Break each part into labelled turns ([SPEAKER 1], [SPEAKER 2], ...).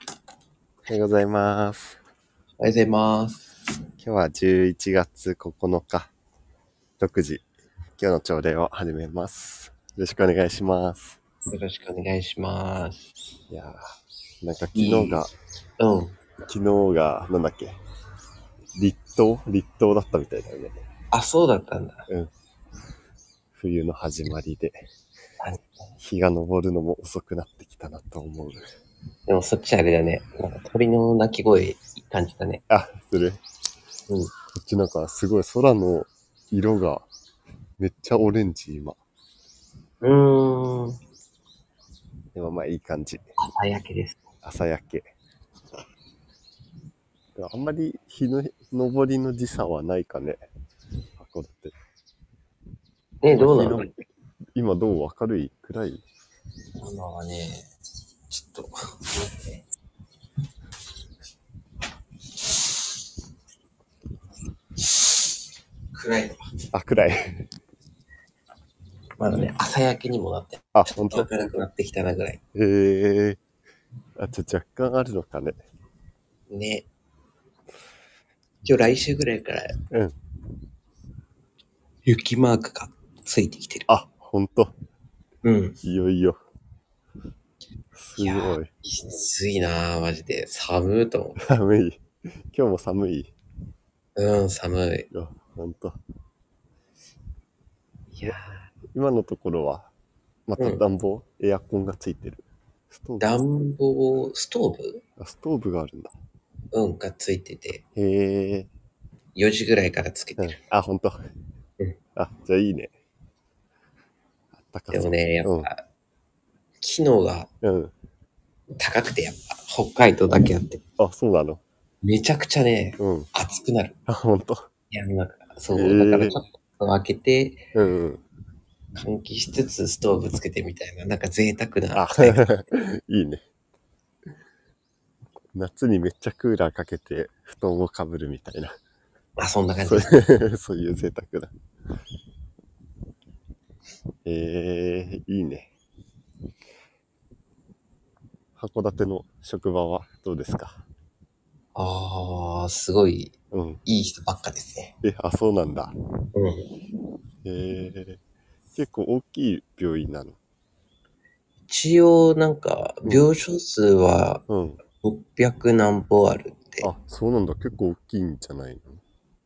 [SPEAKER 1] おはようございます。
[SPEAKER 2] おはようございます。
[SPEAKER 1] 今日は11月9日、6時、今日の朝礼を始めます。よろしくお願いします。
[SPEAKER 2] よろしくお願いします。
[SPEAKER 1] いやー、なんか昨日が、
[SPEAKER 2] うん。
[SPEAKER 1] 昨日が、なんだっけ、立冬立冬だったみたいだよね。
[SPEAKER 2] あ、そうだったんだ。
[SPEAKER 1] 冬の始まりで
[SPEAKER 2] はい、
[SPEAKER 1] 日が昇るのも遅くなってきたなと思う。
[SPEAKER 2] でもそっちあれだね。なんか鳥の鳴き声感じたね。
[SPEAKER 1] あ、それ、
[SPEAKER 2] うん
[SPEAKER 1] こっちなんかすごい空の色がめっちゃオレンジ今。
[SPEAKER 2] うーん。
[SPEAKER 1] でもまあいい感じ。
[SPEAKER 2] 朝焼けです。
[SPEAKER 1] 朝焼け。あんまり日の上りの時差はないかね。函館。
[SPEAKER 2] ねどうなの
[SPEAKER 1] 日今どう明るい暗い
[SPEAKER 2] 今はね、ちょっと、暗いわ。
[SPEAKER 1] あ、暗い。
[SPEAKER 2] まだね、朝焼けにもなって、
[SPEAKER 1] あ、
[SPEAKER 2] ちょ
[SPEAKER 1] 本
[SPEAKER 2] っ
[SPEAKER 1] 当。
[SPEAKER 2] と明るくなってきたなぐらい。
[SPEAKER 1] えー。あ、じゃあ若干あるのかね。
[SPEAKER 2] ね。今日来週ぐらいから、
[SPEAKER 1] うん
[SPEAKER 2] 雪マークがついてきてる。
[SPEAKER 1] あ、本当。
[SPEAKER 2] うん。
[SPEAKER 1] いよいよ。す
[SPEAKER 2] いや
[SPEAKER 1] ごい
[SPEAKER 2] ー。きついなぁ、マジで。寒いと思。
[SPEAKER 1] 寒い。今日も寒いう
[SPEAKER 2] うん、寒い。
[SPEAKER 1] よ。本当。
[SPEAKER 2] いや
[SPEAKER 1] 今のところは、また
[SPEAKER 2] うん
[SPEAKER 1] 暖房、エアコンがついてる。ストーブ
[SPEAKER 2] ー暖房、ストーブ
[SPEAKER 1] あ、ストーブがあるんだ。
[SPEAKER 2] うん、がついてて、
[SPEAKER 1] へえ。
[SPEAKER 2] 4時ぐらいからつけ
[SPEAKER 1] う
[SPEAKER 2] て
[SPEAKER 1] ん
[SPEAKER 2] る。、
[SPEAKER 1] あ、ほんと
[SPEAKER 2] うん。
[SPEAKER 1] あ、じゃあいいね。あったか
[SPEAKER 2] で
[SPEAKER 1] そう。
[SPEAKER 2] もね、やっぱ、
[SPEAKER 1] うん
[SPEAKER 2] 機能が
[SPEAKER 1] うん。
[SPEAKER 2] 高くて、やっぱ、北海道だけあって、
[SPEAKER 1] あ、そうなの。
[SPEAKER 2] めちゃくちゃね、
[SPEAKER 1] うん。
[SPEAKER 2] 暑くなる。
[SPEAKER 1] あ、ほんと。
[SPEAKER 2] 部屋の中が。そう、
[SPEAKER 1] へー
[SPEAKER 2] だからちょっと開けて、
[SPEAKER 1] うんうん。
[SPEAKER 2] 換気しつつストーブつけてみたいな、なんか贅沢
[SPEAKER 1] あ
[SPEAKER 2] な。、
[SPEAKER 1] いいね。夏にめっちゃクーラーかけて布団をかぶるみたいな。
[SPEAKER 2] あ、そんな感じ
[SPEAKER 1] そう
[SPEAKER 2] で
[SPEAKER 1] い
[SPEAKER 2] す。
[SPEAKER 1] うそういう贅沢だ。えー、いいね。函館の職場はどうですか
[SPEAKER 2] ああ、すごい
[SPEAKER 1] うん。
[SPEAKER 2] いい人ばっかですね。
[SPEAKER 1] え、あ、そうなんだ。
[SPEAKER 2] うん。
[SPEAKER 1] えー、結構大きい病院なの。
[SPEAKER 2] 一応、なんか、病床数は
[SPEAKER 1] うん。
[SPEAKER 2] 600何歩あるって。
[SPEAKER 1] あ、そうなんだ。結構大きいんじゃない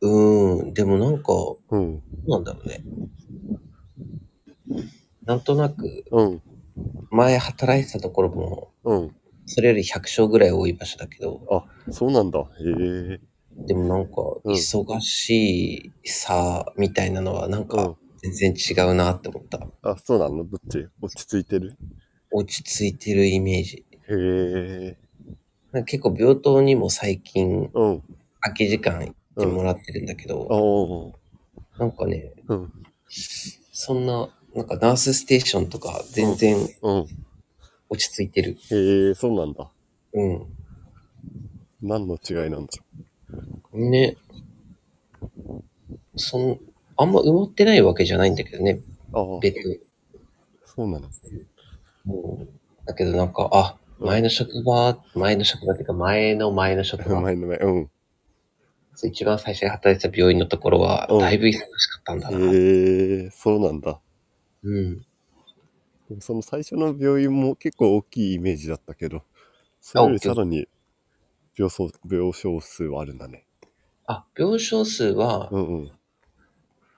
[SPEAKER 2] うーん。でもなんか、ど
[SPEAKER 1] のうん。
[SPEAKER 2] うなんだろうね。なんとなく、
[SPEAKER 1] うん。
[SPEAKER 2] 前働いてたところも、
[SPEAKER 1] うん。
[SPEAKER 2] それより100床ぐらい多い場所だけど、
[SPEAKER 1] あ、そうなんだ。へえ。
[SPEAKER 2] でもなんか、
[SPEAKER 1] ん
[SPEAKER 2] 忙しさみたいなのは、なん
[SPEAKER 1] う
[SPEAKER 2] か
[SPEAKER 1] ん、。
[SPEAKER 2] 全然違うなって思った。
[SPEAKER 1] あ、そうなのどっち落ち着いてる
[SPEAKER 2] 落ち着いてるイメージ。
[SPEAKER 1] へえ。
[SPEAKER 2] なんか結構病棟にも最近
[SPEAKER 1] うん。
[SPEAKER 2] 空き時間行ってもらってるんだけ
[SPEAKER 1] あ
[SPEAKER 2] ど、
[SPEAKER 1] あ。
[SPEAKER 2] なんかね、
[SPEAKER 1] うん。
[SPEAKER 2] そんな、なんかナースステーションとか全然
[SPEAKER 1] うん。
[SPEAKER 2] 落ち着いてる。
[SPEAKER 1] へえ、そうなんだ。
[SPEAKER 2] うん。
[SPEAKER 1] 何の違いなんだろ
[SPEAKER 2] ね。そん、あんま埋まってないわけじゃないんだけどね、
[SPEAKER 1] う。ああ
[SPEAKER 2] 別に。
[SPEAKER 1] そうなの。
[SPEAKER 2] うんだけどなんか、あ、前の職場、前の職場っていうか前の前の職場、
[SPEAKER 1] 前の前。うん。
[SPEAKER 2] そう一番最初に働いてた病院のところは、
[SPEAKER 1] うん
[SPEAKER 2] だいぶ忙しかったんだな。
[SPEAKER 1] へえ、そうなんだ。
[SPEAKER 2] うん。
[SPEAKER 1] でもその最初の病院も結構大きいイメージだったけど、それよりさらに病床病床数はあるんだね。
[SPEAKER 2] あ、病床数は、
[SPEAKER 1] うんうん。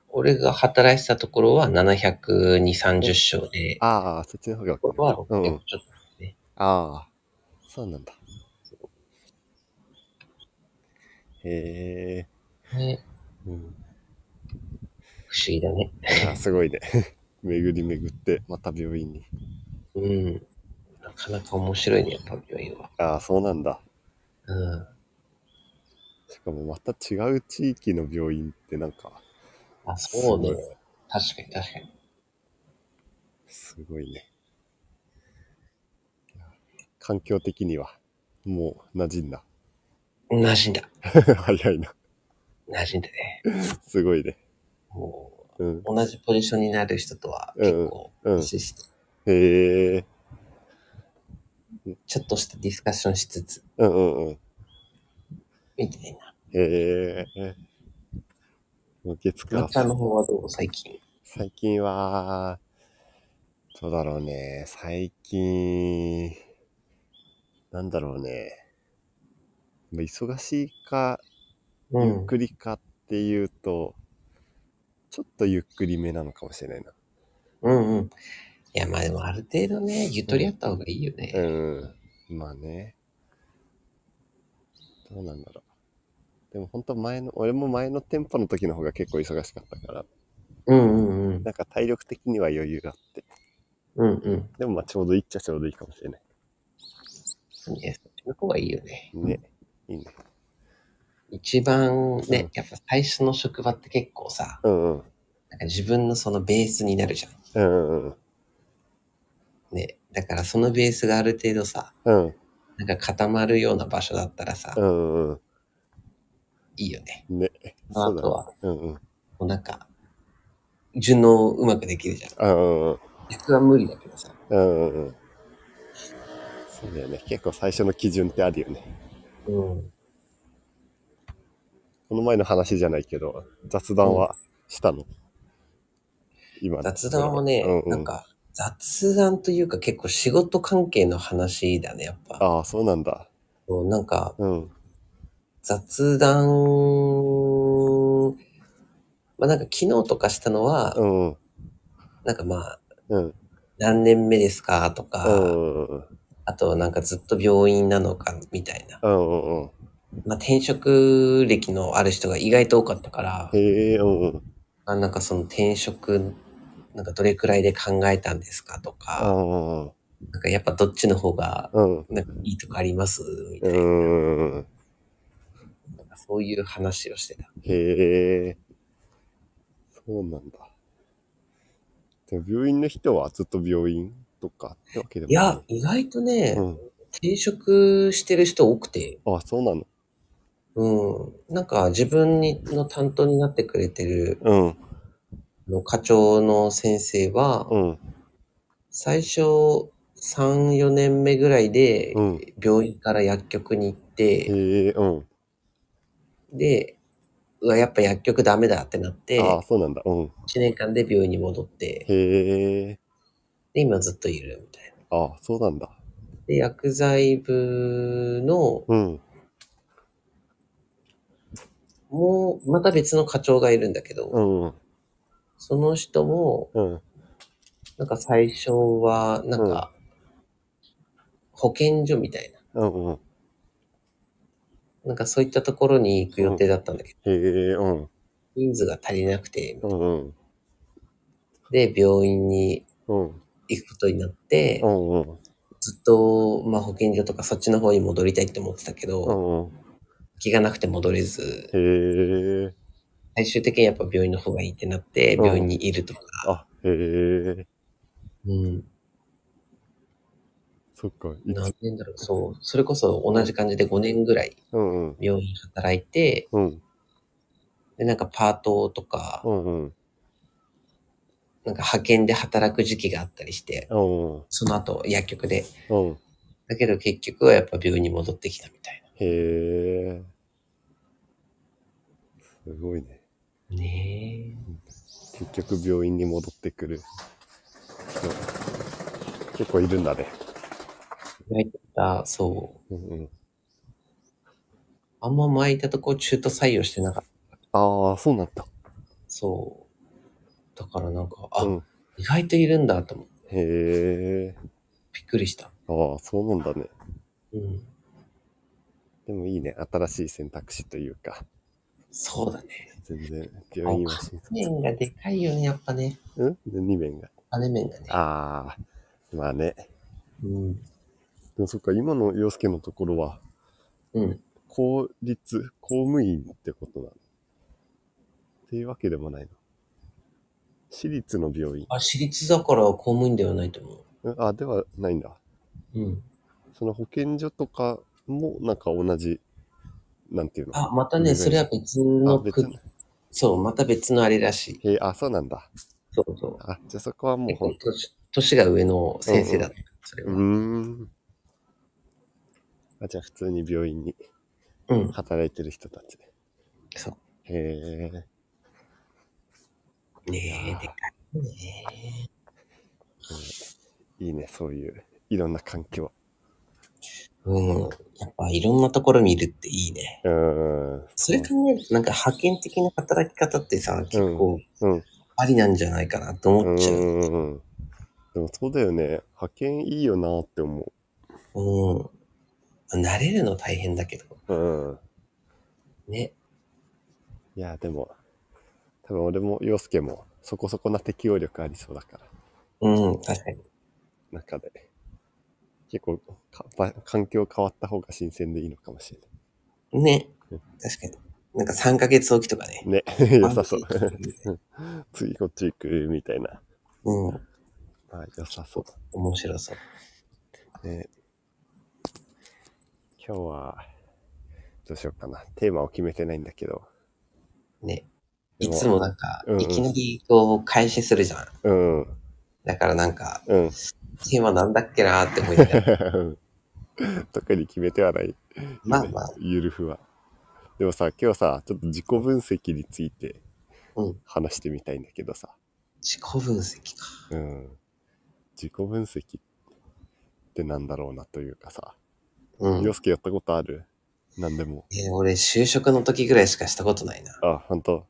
[SPEAKER 2] 俺が働いてたところは720、30床で、
[SPEAKER 1] ああ、そっちの方が
[SPEAKER 2] これは600
[SPEAKER 1] うん
[SPEAKER 2] ちょっと。
[SPEAKER 1] ああ、そうなんだ。へえ、
[SPEAKER 2] ね、
[SPEAKER 1] うん、
[SPEAKER 2] 不思議だね。
[SPEAKER 1] あすごいね。 巡り巡って、また病院に。
[SPEAKER 2] うん。なかなか面白いね、やっぱ病院は。
[SPEAKER 1] ああ、そうなんだ。
[SPEAKER 2] うん。
[SPEAKER 1] しかもまた違う地域の病院ってなんか、
[SPEAKER 2] あ、そうね
[SPEAKER 1] すごい。
[SPEAKER 2] 確かに確かに。
[SPEAKER 1] すごいね。環境的には、もう馴染んだ。
[SPEAKER 2] 馴染んだ。
[SPEAKER 1] 早いな。
[SPEAKER 2] 馴染んでね。
[SPEAKER 1] すごいね。
[SPEAKER 2] も
[SPEAKER 1] うん。
[SPEAKER 2] う、同じポジションになる人とは結構、
[SPEAKER 1] うんうん
[SPEAKER 2] 接して
[SPEAKER 1] へえ。
[SPEAKER 2] ちょっとしたディスカッションしつつ、
[SPEAKER 1] うんうんうん。
[SPEAKER 2] みたいな。
[SPEAKER 1] へえ。もう月か
[SPEAKER 2] ま
[SPEAKER 1] ら
[SPEAKER 2] たの方はどう最近。
[SPEAKER 1] 最近は、どうだろうね。最近、なんだろうね。まあ忙しいか、
[SPEAKER 2] う
[SPEAKER 1] ゆっ
[SPEAKER 2] ん。
[SPEAKER 1] くりかっていうと、ちょっとゆっくりめなのかもしれないな。
[SPEAKER 2] うんうん。いや、まあでもある程度ね、ゆとりあった方がいいよね。
[SPEAKER 1] うん。まあね。どうなんだろう。でも本当前の、俺も前のテンポの時の方が結構忙しかったから、
[SPEAKER 2] うんうんうん。
[SPEAKER 1] なんか体力的には余裕があって。
[SPEAKER 2] うんうん。
[SPEAKER 1] でもまあちょうどいいっちゃちょうどいいかもしれない。
[SPEAKER 2] そうね、そっちの方がいいよね。
[SPEAKER 1] ね。いいね。
[SPEAKER 2] 一
[SPEAKER 1] う
[SPEAKER 2] 番
[SPEAKER 1] ん
[SPEAKER 2] ね、やっぱ最初の職場って結構さ、
[SPEAKER 1] うんうん。
[SPEAKER 2] なんか自分のそのベースになるじゃ
[SPEAKER 1] う
[SPEAKER 2] ん。
[SPEAKER 1] んうんうん。
[SPEAKER 2] ね。だからそのベースがある程度さ、
[SPEAKER 1] うん
[SPEAKER 2] なんか固まるような場所だったらさ、
[SPEAKER 1] うんうん。
[SPEAKER 2] いいよね。
[SPEAKER 1] ね。
[SPEAKER 2] あ
[SPEAKER 1] そうだ
[SPEAKER 2] とは、
[SPEAKER 1] うんうん。
[SPEAKER 2] もうなんか、順応うまくできるじゃ
[SPEAKER 1] う
[SPEAKER 2] ん。
[SPEAKER 1] んうん
[SPEAKER 2] 逆は無理だけどさ。
[SPEAKER 1] うんうんうん。そうだよね。結構最初の基準ってあるよね。
[SPEAKER 2] うん。
[SPEAKER 1] この前の話じゃないけど、雑談はしたの、今の
[SPEAKER 2] 雑談もね、
[SPEAKER 1] うんうん、
[SPEAKER 2] なんか、雑談というか結構仕事関係の話だね、やっぱ。
[SPEAKER 1] ああ、そうなんだ。
[SPEAKER 2] そうなんか、
[SPEAKER 1] うん。
[SPEAKER 2] 雑談、まあなんか昨日とかしたのは、
[SPEAKER 1] うんうん。
[SPEAKER 2] なんかまあ、
[SPEAKER 1] うん。
[SPEAKER 2] 何年目ですかと
[SPEAKER 1] う
[SPEAKER 2] か、
[SPEAKER 1] んうん。
[SPEAKER 2] あとなんかずっと病院なのかみたいな。
[SPEAKER 1] うんうんうん。
[SPEAKER 2] まあ転職歴のある人が意外と多かったから、
[SPEAKER 1] へえ、うんうん。
[SPEAKER 2] あなんかその転職、なんかどれくらいで考えたんですかと
[SPEAKER 1] う
[SPEAKER 2] か、
[SPEAKER 1] んうん
[SPEAKER 2] なんかやっぱどっちの方が
[SPEAKER 1] うん。
[SPEAKER 2] なんかいいとかありますみ
[SPEAKER 1] う
[SPEAKER 2] たいな、
[SPEAKER 1] んうんうん。
[SPEAKER 2] なんかそういう話をしてた。
[SPEAKER 1] へえ。そうなんだ。でも病院の人はずっと病院とかってわけでも
[SPEAKER 2] いや、意外とね、
[SPEAKER 1] うん。
[SPEAKER 2] 転職してる人多くて、
[SPEAKER 1] あ、そうなの。
[SPEAKER 2] うん、なんか自分にの担当になってくれてる
[SPEAKER 1] うん。
[SPEAKER 2] あの課長の先生は、
[SPEAKER 1] うん。
[SPEAKER 2] 最初3、4年目ぐらいで
[SPEAKER 1] うん、
[SPEAKER 2] 病院から薬局に行って、
[SPEAKER 1] へえ、うん。
[SPEAKER 2] で、うわ、やっぱ薬局ダメだってなって、
[SPEAKER 1] ああ、そうなんだ。うん。
[SPEAKER 2] 1年間で病院に戻って、
[SPEAKER 1] へえ。
[SPEAKER 2] で、今ずっといるみたいな。
[SPEAKER 1] ああ、そうなんだ。
[SPEAKER 2] で、薬剤部の、
[SPEAKER 1] うん。
[SPEAKER 2] もう、また別の課長がいるんだけど、
[SPEAKER 1] うん。
[SPEAKER 2] その人も、
[SPEAKER 1] うん。
[SPEAKER 2] なんか最初は、なんか、保健所みたいな、
[SPEAKER 1] うん。うん。
[SPEAKER 2] なんかそういったところに行く予定だったんだけど、
[SPEAKER 1] へえ、うん。
[SPEAKER 2] 人数が足りなくて、
[SPEAKER 1] うん。うん。
[SPEAKER 2] で、病院に
[SPEAKER 1] うん。
[SPEAKER 2] 行くことになって、
[SPEAKER 1] うん。うん。
[SPEAKER 2] ずっと、まあ、保健所とかそっちの方に戻りたいって思ってたけど、
[SPEAKER 1] うん。
[SPEAKER 2] 気がなくて戻れず、
[SPEAKER 1] へえ。
[SPEAKER 2] 最終的にやっぱ病院の方がいいってなって、
[SPEAKER 1] うん
[SPEAKER 2] 病院にいるとか。
[SPEAKER 1] あ、へえ。
[SPEAKER 2] うん。
[SPEAKER 1] そっか。い
[SPEAKER 2] 何年だろう。そう。それこそ同じ感じで5年ぐらい
[SPEAKER 1] うん。うん。
[SPEAKER 2] 病院働いて、
[SPEAKER 1] うん。
[SPEAKER 2] で、なんかパートとか
[SPEAKER 1] う、ん。うん。
[SPEAKER 2] なんか派遣で働く時期があったりして、
[SPEAKER 1] うん。
[SPEAKER 2] その後薬局で。
[SPEAKER 1] うん。
[SPEAKER 2] だけど結局はやっぱ病院に戻ってきたみたい
[SPEAKER 1] へえ。すごいね。
[SPEAKER 2] な。ね
[SPEAKER 1] 結局病院に戻ってくる人。結構いるんだね。
[SPEAKER 2] え。意外とだ、そう。
[SPEAKER 1] うんうん。
[SPEAKER 2] あんま前いたとこ中途採用してなかった。
[SPEAKER 1] ああ、そうなんだ。
[SPEAKER 2] そう。だからなんか、あ、
[SPEAKER 1] うん。
[SPEAKER 2] 意外といるんだと思って、
[SPEAKER 1] へえ。
[SPEAKER 2] びっくりした。
[SPEAKER 1] ああ、そうなんだね。
[SPEAKER 2] うん。
[SPEAKER 1] でもいいね。新しい選択肢というか。
[SPEAKER 2] そうだね。
[SPEAKER 1] 全然、病
[SPEAKER 2] お
[SPEAKER 1] 院は
[SPEAKER 2] 金
[SPEAKER 1] 新卒。
[SPEAKER 2] 面がでかいよね、やっぱね。
[SPEAKER 1] うん二面が。
[SPEAKER 2] お金面がね。
[SPEAKER 1] ああ、まあね。
[SPEAKER 2] うん。
[SPEAKER 1] でもそっか、今の洋介のところは、
[SPEAKER 2] うん。
[SPEAKER 1] 公立、公務員ってことなのっていうわけでもないの。私立の病院。
[SPEAKER 2] あ、私立だから公務員ではないと思
[SPEAKER 1] うんあ、ではないんだ。
[SPEAKER 2] う。うん。
[SPEAKER 1] その保健所とかも、なんか同じ、なんていうの
[SPEAKER 2] あ、また
[SPEAKER 1] う
[SPEAKER 2] ね、
[SPEAKER 1] ん
[SPEAKER 2] それは別の
[SPEAKER 1] あ別
[SPEAKER 2] く
[SPEAKER 1] の、
[SPEAKER 2] そう、また別のあれらしい。
[SPEAKER 1] へえ、あ、そうなんだ。
[SPEAKER 2] そうそう。
[SPEAKER 1] あ、じゃあそこはもう
[SPEAKER 2] 結
[SPEAKER 1] ほん
[SPEAKER 2] 構、年年が上の先生だった。それ
[SPEAKER 1] う
[SPEAKER 2] は。
[SPEAKER 1] ーん。あ、じゃあ普通に病院に
[SPEAKER 2] うん。
[SPEAKER 1] 働いてる人たち。
[SPEAKER 2] そ
[SPEAKER 1] へえ。
[SPEAKER 2] う。ねえ、
[SPEAKER 1] いやー
[SPEAKER 2] でかいね。
[SPEAKER 1] いいね、そういう、いろんな環境。
[SPEAKER 2] うん。やっぱいろんなところ見るっていいね。
[SPEAKER 1] うーん。
[SPEAKER 2] それ考えると、なんか派遣的な働き方ってさ、結構
[SPEAKER 1] うん。
[SPEAKER 2] ありなんじゃないかなと
[SPEAKER 1] う
[SPEAKER 2] 思っちゃう。
[SPEAKER 1] んうんうん。でもそうだよね。派遣いいよなって思
[SPEAKER 2] うん。慣れるの大変だけど。
[SPEAKER 1] う。うん。
[SPEAKER 2] ね。
[SPEAKER 1] いや、でも、多分俺も陽介もそこそこな適応力ありそうだから、
[SPEAKER 2] うん、確かに。
[SPEAKER 1] 中で。結構かば環境変わった方が新鮮でいいのかもしれない。
[SPEAKER 2] ね
[SPEAKER 1] うん。
[SPEAKER 2] 確かに。なんか3ヶ月おきとかね。
[SPEAKER 1] ね、良さそう。 次こっち行く、みたいな。
[SPEAKER 2] うん。
[SPEAKER 1] あ良さそう。
[SPEAKER 2] 面白そう。
[SPEAKER 1] ね、今日は、どうしようかな。テーマを決めてないんだけど。
[SPEAKER 2] ね。
[SPEAKER 1] で
[SPEAKER 2] いつもなんか
[SPEAKER 1] うんう、ん
[SPEAKER 2] いきなりこう、開始するじゃん。
[SPEAKER 1] うん。うん。
[SPEAKER 2] だからなんか、
[SPEAKER 1] うん。
[SPEAKER 2] テーマなんだっけなーって思いながら。
[SPEAKER 1] 特に決めてはない。
[SPEAKER 2] まあまあ。
[SPEAKER 1] ゆるふは。でもさ、今日さ、ちょっと自己分析について
[SPEAKER 2] うん。
[SPEAKER 1] 話してみたいんだけどさ。
[SPEAKER 2] 自己分析か。
[SPEAKER 1] うん。自己分析ってなんだろうなというかさ。
[SPEAKER 2] うん。
[SPEAKER 1] 洋介やったことあるなんでも。
[SPEAKER 2] えー俺、就職の時ぐらいしかしたことないな。
[SPEAKER 1] あ、ほんと。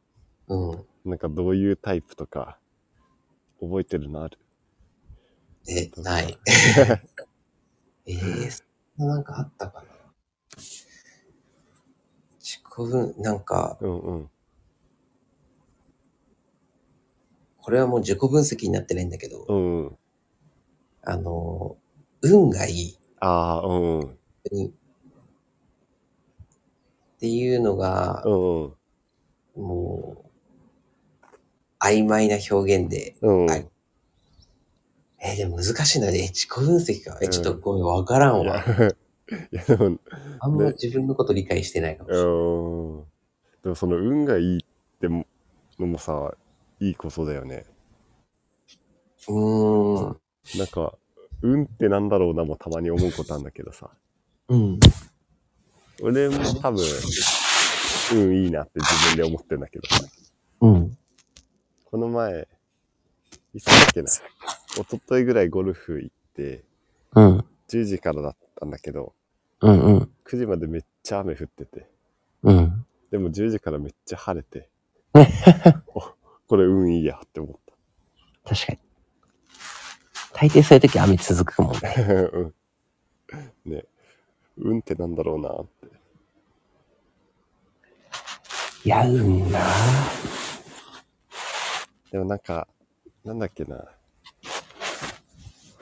[SPEAKER 2] うん。
[SPEAKER 1] なんかどういうタイプとか、覚えてるのある
[SPEAKER 2] え、ない。 えー、そんななんかあったかな。自己分、なんか、
[SPEAKER 1] うんうん。
[SPEAKER 2] これはもう自己分析になってないんだけど、
[SPEAKER 1] うんうん。
[SPEAKER 2] あのー、運がいい。
[SPEAKER 1] ああ、うんうん。
[SPEAKER 2] にっていうのが
[SPEAKER 1] う、んうん。
[SPEAKER 2] もう、曖昧な表現で、
[SPEAKER 1] うんうん。
[SPEAKER 2] はいえーでも難しいな。え、自己分析か。
[SPEAKER 1] う
[SPEAKER 2] え、
[SPEAKER 1] ん
[SPEAKER 2] ちょっとごめん、わからん
[SPEAKER 1] いや
[SPEAKER 2] わ。
[SPEAKER 1] いやでも、
[SPEAKER 2] あんま自分のこと理解してないかもしれない。
[SPEAKER 1] うん。でもその運がいいってものもさ、いいことだよね。
[SPEAKER 2] うーん。
[SPEAKER 1] なんか、運ってなんだろうなもたまに思うことあんだけどさ。
[SPEAKER 2] うん。
[SPEAKER 1] 俺も多分、運いいなって自分で思ってんだけどさ。
[SPEAKER 2] うん。
[SPEAKER 1] この前、いつだっけな。一昨日ぐらいゴルフ行って、
[SPEAKER 2] うん。
[SPEAKER 1] 10時からだったんだけど、
[SPEAKER 2] うん。うん。
[SPEAKER 1] 9時までめっちゃ雨降ってて。
[SPEAKER 2] うん。
[SPEAKER 1] でも10時からめっちゃ晴れて。おこれ運いいやって思っ
[SPEAKER 2] 確かに。大抵そういう時雨続くもんね。
[SPEAKER 1] た。 うん。ね。運ってなんだろうなって。
[SPEAKER 2] いや、うんな
[SPEAKER 1] でもなんか、なんだっけな。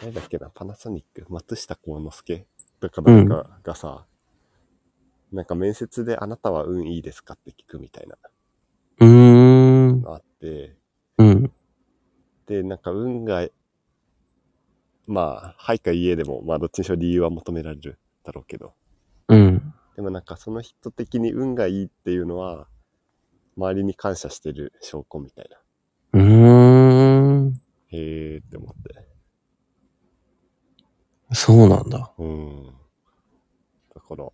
[SPEAKER 1] なんだっけな、パナソニック、松下幸之助とかなんかがさ、なんか面接であなたは運いいですかって聞くみたいな
[SPEAKER 2] うーん。
[SPEAKER 1] のあって、
[SPEAKER 2] うん。
[SPEAKER 1] で、なんか運が、まあ、はいかいいえでも、まあどっちにしろ理由は求められるだろうけど、
[SPEAKER 2] うん。
[SPEAKER 1] でもなんかその人的に運がいいっていうのは、周りに感謝してる証拠みたいな。
[SPEAKER 2] うーん。
[SPEAKER 1] へーって思って。
[SPEAKER 2] そうなんだ。
[SPEAKER 1] うん。だから、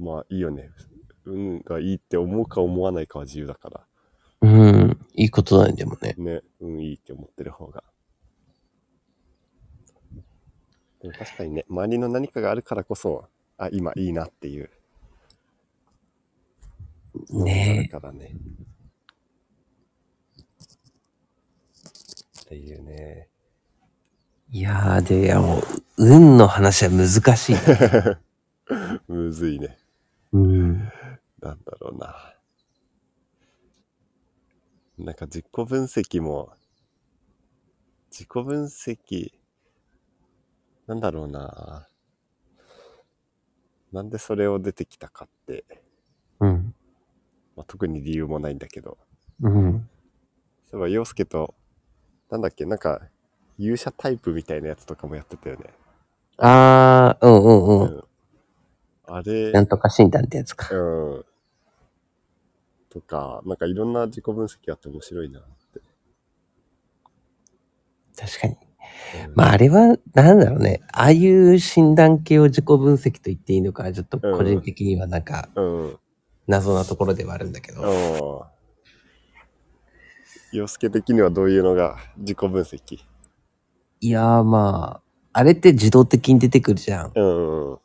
[SPEAKER 1] まあいいよね。運がいいって思うか思わないかは自由だから。
[SPEAKER 2] うん。いいことだね、でもね。
[SPEAKER 1] ね、運いいって思ってる方が。でも確かにね、周りの何かがあるからこそ、あ、今いいなっていうのがある
[SPEAKER 2] ね
[SPEAKER 1] からね。っていうね。
[SPEAKER 2] いやー、で、いやもう、運の話は難しい。
[SPEAKER 1] むずいね。
[SPEAKER 2] うん。
[SPEAKER 1] なんだろうな。なんか自己分析も、自己分析、なんだろうな。なんでそれを出てきたかって、
[SPEAKER 2] うん。
[SPEAKER 1] まあ、特に理由もないんだけど。
[SPEAKER 2] うん。
[SPEAKER 1] そういえば、洋介と、なんだっけ、なんか、勇者タイプみたいなやつとかもやってたよね。
[SPEAKER 2] あー、うんうんうん。
[SPEAKER 1] ん。あれ、
[SPEAKER 2] なんとか診断ってやつか。
[SPEAKER 1] うん。とか、なんかいろんな自己分析あって面白いなって。
[SPEAKER 2] 確かに。
[SPEAKER 1] あ、
[SPEAKER 2] まあ、あれは、なんだろうね。ああいう診断系を自己分析と言っていいのか、ちょっと個人的にはなんか、
[SPEAKER 1] うん。
[SPEAKER 2] 謎なところではあるんだけど。
[SPEAKER 1] おー洋介的にはどういうのが自己分析
[SPEAKER 2] いやーまあ、あれって自動的に出てくるじゃん。
[SPEAKER 1] うんうん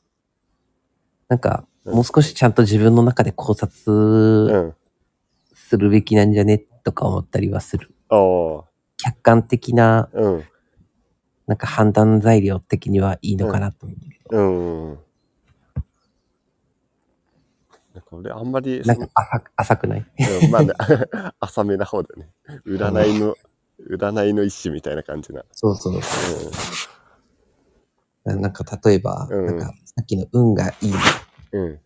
[SPEAKER 2] なんか、
[SPEAKER 1] うん
[SPEAKER 2] もう少しちゃんと自分の中で考
[SPEAKER 1] う
[SPEAKER 2] 察
[SPEAKER 1] ん。
[SPEAKER 2] するべきなんじゃねとか思ったりはする。
[SPEAKER 1] ああ、
[SPEAKER 2] 客観的な、
[SPEAKER 1] うん。
[SPEAKER 2] なんか判断材料的にはいいのかなと思う。
[SPEAKER 1] うんうん。なんか俺あんまり、
[SPEAKER 2] なんか浅く浅くない
[SPEAKER 1] うんまあね、 浅めな方だよね。占いの、占いの一種みたいな感じな。
[SPEAKER 2] そうそう。なんか例えば、
[SPEAKER 1] うん
[SPEAKER 2] なんかさっきの運がいい
[SPEAKER 1] うん。うん。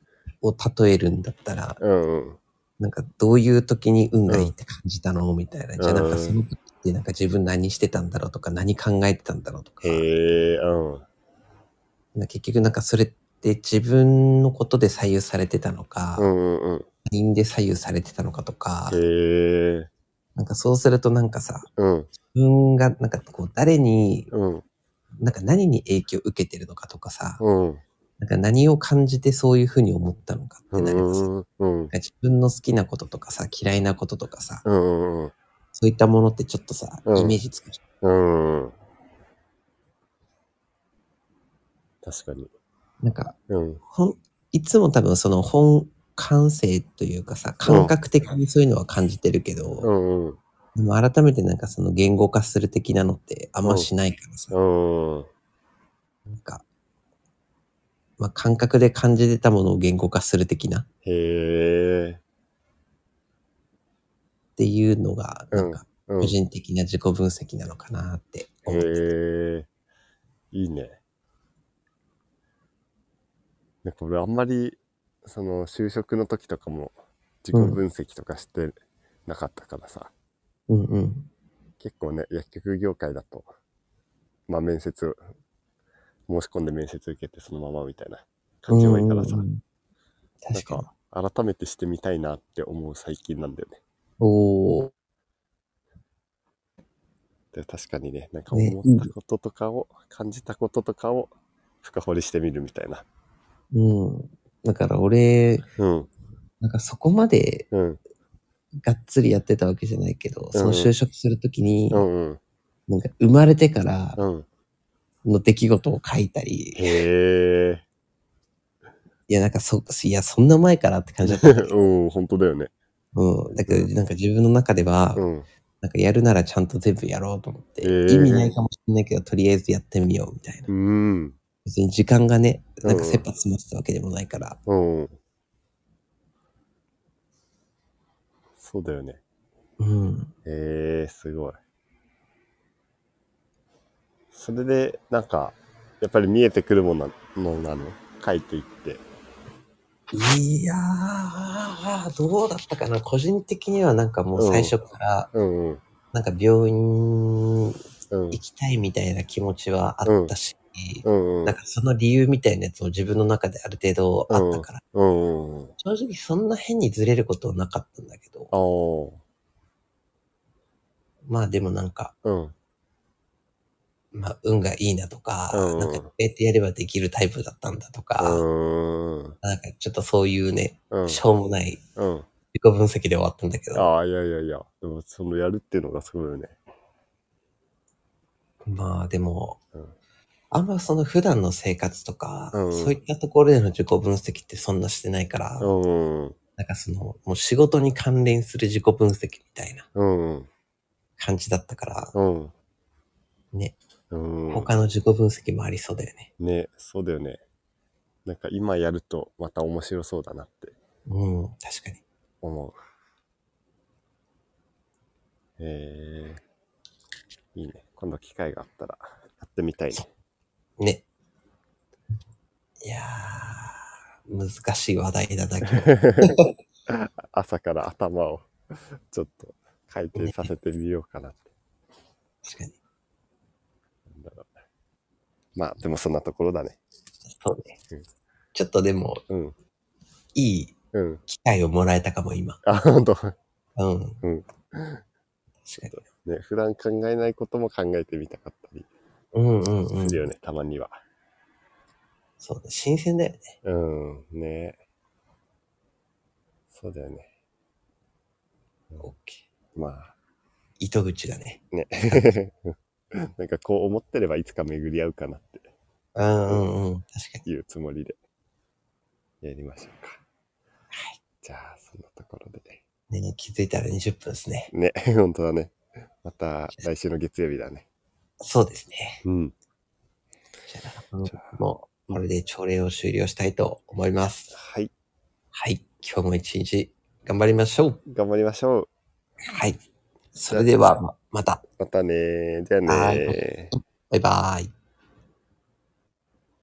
[SPEAKER 2] を例えるんだったら、
[SPEAKER 1] うんうん。
[SPEAKER 2] なんかどういう時に運がいいって感じたのみたいな。じゃあなん
[SPEAKER 1] う
[SPEAKER 2] か
[SPEAKER 1] ん
[SPEAKER 2] その時ってなんか自分何してたんだろうとか何考えてたんだろうとか。
[SPEAKER 1] へえ、うん。
[SPEAKER 2] なんか結局なんかそれって自分のことで左右されてたのか、
[SPEAKER 1] うんうんうん。
[SPEAKER 2] 他人で左右されてたのかとか、
[SPEAKER 1] へえ、
[SPEAKER 2] なんかそうするとなんかさ、
[SPEAKER 1] うん。
[SPEAKER 2] 自分がなんかこう誰に、
[SPEAKER 1] うん。
[SPEAKER 2] なんか何に影響を受けてるのかとかさ、
[SPEAKER 1] うん。
[SPEAKER 2] なんか何を感じてそういうふうに思ったのかって
[SPEAKER 1] う
[SPEAKER 2] なります。なん
[SPEAKER 1] ん。うん。
[SPEAKER 2] か自分の好きなこととかさ、嫌いなこととかさ、
[SPEAKER 1] うん。うん。
[SPEAKER 2] そういったものってちょっとさ、
[SPEAKER 1] うん
[SPEAKER 2] イメージつくじゃ
[SPEAKER 1] うん。確かに。
[SPEAKER 2] ん。なんか、
[SPEAKER 1] うん。
[SPEAKER 2] ほん、いつも多分その本感性というかさ、感覚的にそういうのは感じてるけど、
[SPEAKER 1] うんうん。
[SPEAKER 2] でも改めてなんかその言語化する的なのってあんましないからさ、
[SPEAKER 1] うん。
[SPEAKER 2] なんか、まあ、感覚で感じてたものを言語化する的なっ
[SPEAKER 1] へえ。
[SPEAKER 2] ていうのが、
[SPEAKER 1] うん
[SPEAKER 2] なんか
[SPEAKER 1] う
[SPEAKER 2] 個
[SPEAKER 1] ん。へ
[SPEAKER 2] 人的な自己分析なのかなって思ってて
[SPEAKER 1] え。いいね。なんか俺あんまり、その就職の時とかも自己分析とかしてなかったからさ、
[SPEAKER 2] うんうん。
[SPEAKER 1] 結構ね、薬局業界だと、まあ面接、申し込んで面接受けてそのままみたいな感じ多いからさ
[SPEAKER 2] うんう、んうん確か
[SPEAKER 1] な
[SPEAKER 2] に
[SPEAKER 1] ん。改めてしてみたいなって思う最近なんだよね。
[SPEAKER 2] おー
[SPEAKER 1] で確かにね、なんか
[SPEAKER 2] ね
[SPEAKER 1] 思ったこととかを、感じたこととかを深掘りしてみるみたいな。
[SPEAKER 2] うん。だから俺、
[SPEAKER 1] うん、
[SPEAKER 2] なんかそこまで
[SPEAKER 1] うん、
[SPEAKER 2] がっつりやってたわけじゃないけど、その就職するときに、
[SPEAKER 1] うん、うん、
[SPEAKER 2] なんか生まれてから
[SPEAKER 1] うん。
[SPEAKER 2] の出来事を書いたり、
[SPEAKER 1] へえ。
[SPEAKER 2] いや、なんかそ、いや、そんな前からって感じだった。
[SPEAKER 1] うん、本当だよね。
[SPEAKER 2] うん。だけど、なんか自分の中では、
[SPEAKER 1] うん、
[SPEAKER 2] なんかやるならちゃんと全部やろうと思って、
[SPEAKER 1] えー
[SPEAKER 2] 意味ないかもしれないけど、とりあえずやってみようみたいな。
[SPEAKER 1] うん、
[SPEAKER 2] 別に時間がね、なんか
[SPEAKER 1] うん
[SPEAKER 2] 切羽詰まってたわけでもないから、
[SPEAKER 1] うん。そうだよね。
[SPEAKER 2] うん。
[SPEAKER 1] へえ、すごい。それで、なんか、やっぱり見えてくるものなのなの書いていって。
[SPEAKER 2] いやー、どうだったかな。個人的にはなんかもう最初から、
[SPEAKER 1] うん、うん、
[SPEAKER 2] なんか病院
[SPEAKER 1] うん
[SPEAKER 2] 行、きたいみたいな気持ちはあったし、
[SPEAKER 1] うん、うん
[SPEAKER 2] なん、かその理由みたいなやつも自分の中である程度あったから、
[SPEAKER 1] うん、うん。
[SPEAKER 2] 正直そんな変にずれることはなかったんだけど、
[SPEAKER 1] ああ、
[SPEAKER 2] まあでもなんか、
[SPEAKER 1] うん、
[SPEAKER 2] まあ運がいいなとか、
[SPEAKER 1] うん
[SPEAKER 2] なんかこうやってやればできるタイプだったんだと
[SPEAKER 1] う
[SPEAKER 2] か、
[SPEAKER 1] ーん、
[SPEAKER 2] なんかちょっとそういうね、
[SPEAKER 1] うん、
[SPEAKER 2] しょうもない
[SPEAKER 1] うん。
[SPEAKER 2] 自己分析で終わったんだけど、
[SPEAKER 1] ああ、いやいやいや、でもそのやるっていうのがすごいよね。
[SPEAKER 2] まあでも、
[SPEAKER 1] うん
[SPEAKER 2] あんまその普段の生活とか、
[SPEAKER 1] うん
[SPEAKER 2] そういったところでの自己分析ってそんなしてないから、
[SPEAKER 1] うん、うん、
[SPEAKER 2] なんかその、もう仕事に関連する自己分析みたいな
[SPEAKER 1] うん、
[SPEAKER 2] 感じだったから、
[SPEAKER 1] うん、
[SPEAKER 2] ね、
[SPEAKER 1] うん。
[SPEAKER 2] 他の自己分析もありそうだよね。
[SPEAKER 1] ね、そうだよね。なんか今やるとまた面白そうだなって
[SPEAKER 2] うん、確かに。
[SPEAKER 1] 思う。へえ、いいね。今度機会があったらやってみたいね。
[SPEAKER 2] ね。いやー、難しい話題 だな、今日
[SPEAKER 1] 朝から頭をちょっと回転させてみようかなって。
[SPEAKER 2] 確かに。
[SPEAKER 1] なんだろうまあ、でもそんなところだね。
[SPEAKER 2] そうね
[SPEAKER 1] うん。
[SPEAKER 2] ちょっとでも、
[SPEAKER 1] うん。
[SPEAKER 2] いい
[SPEAKER 1] うん。
[SPEAKER 2] 機会をもらえたかも、今。
[SPEAKER 1] あ、ほんと。
[SPEAKER 2] うん。
[SPEAKER 1] うん
[SPEAKER 2] 確かに。
[SPEAKER 1] ね、普段考えないことも考えてみたかったり。
[SPEAKER 2] うんうんうん
[SPEAKER 1] す。るよね、たまには。
[SPEAKER 2] そうだ、新鮮だよね。
[SPEAKER 1] うん、ねそうだよね。
[SPEAKER 2] オッケ
[SPEAKER 1] まあ、
[SPEAKER 2] ー。糸口だね。
[SPEAKER 1] ね。なんかこう思ってればいつか巡り合うかなって
[SPEAKER 2] うんうんうん。確かに。
[SPEAKER 1] いうつもりでやりましょうか。じゃあ、そんなところで。
[SPEAKER 2] ね、気づいたら20分ですね。
[SPEAKER 1] ね、 本当だね。また来週の月曜日だね。
[SPEAKER 2] そうですね。
[SPEAKER 1] うん。
[SPEAKER 2] じゃあ、もう、これで朝礼を終了したいと思います。
[SPEAKER 1] はい。
[SPEAKER 2] はい。今日も一日頑張りましょう。
[SPEAKER 1] 頑張りましょう。
[SPEAKER 2] はい。それでは、ままた。
[SPEAKER 1] またねー。じゃあねー。
[SPEAKER 2] バイバーイ。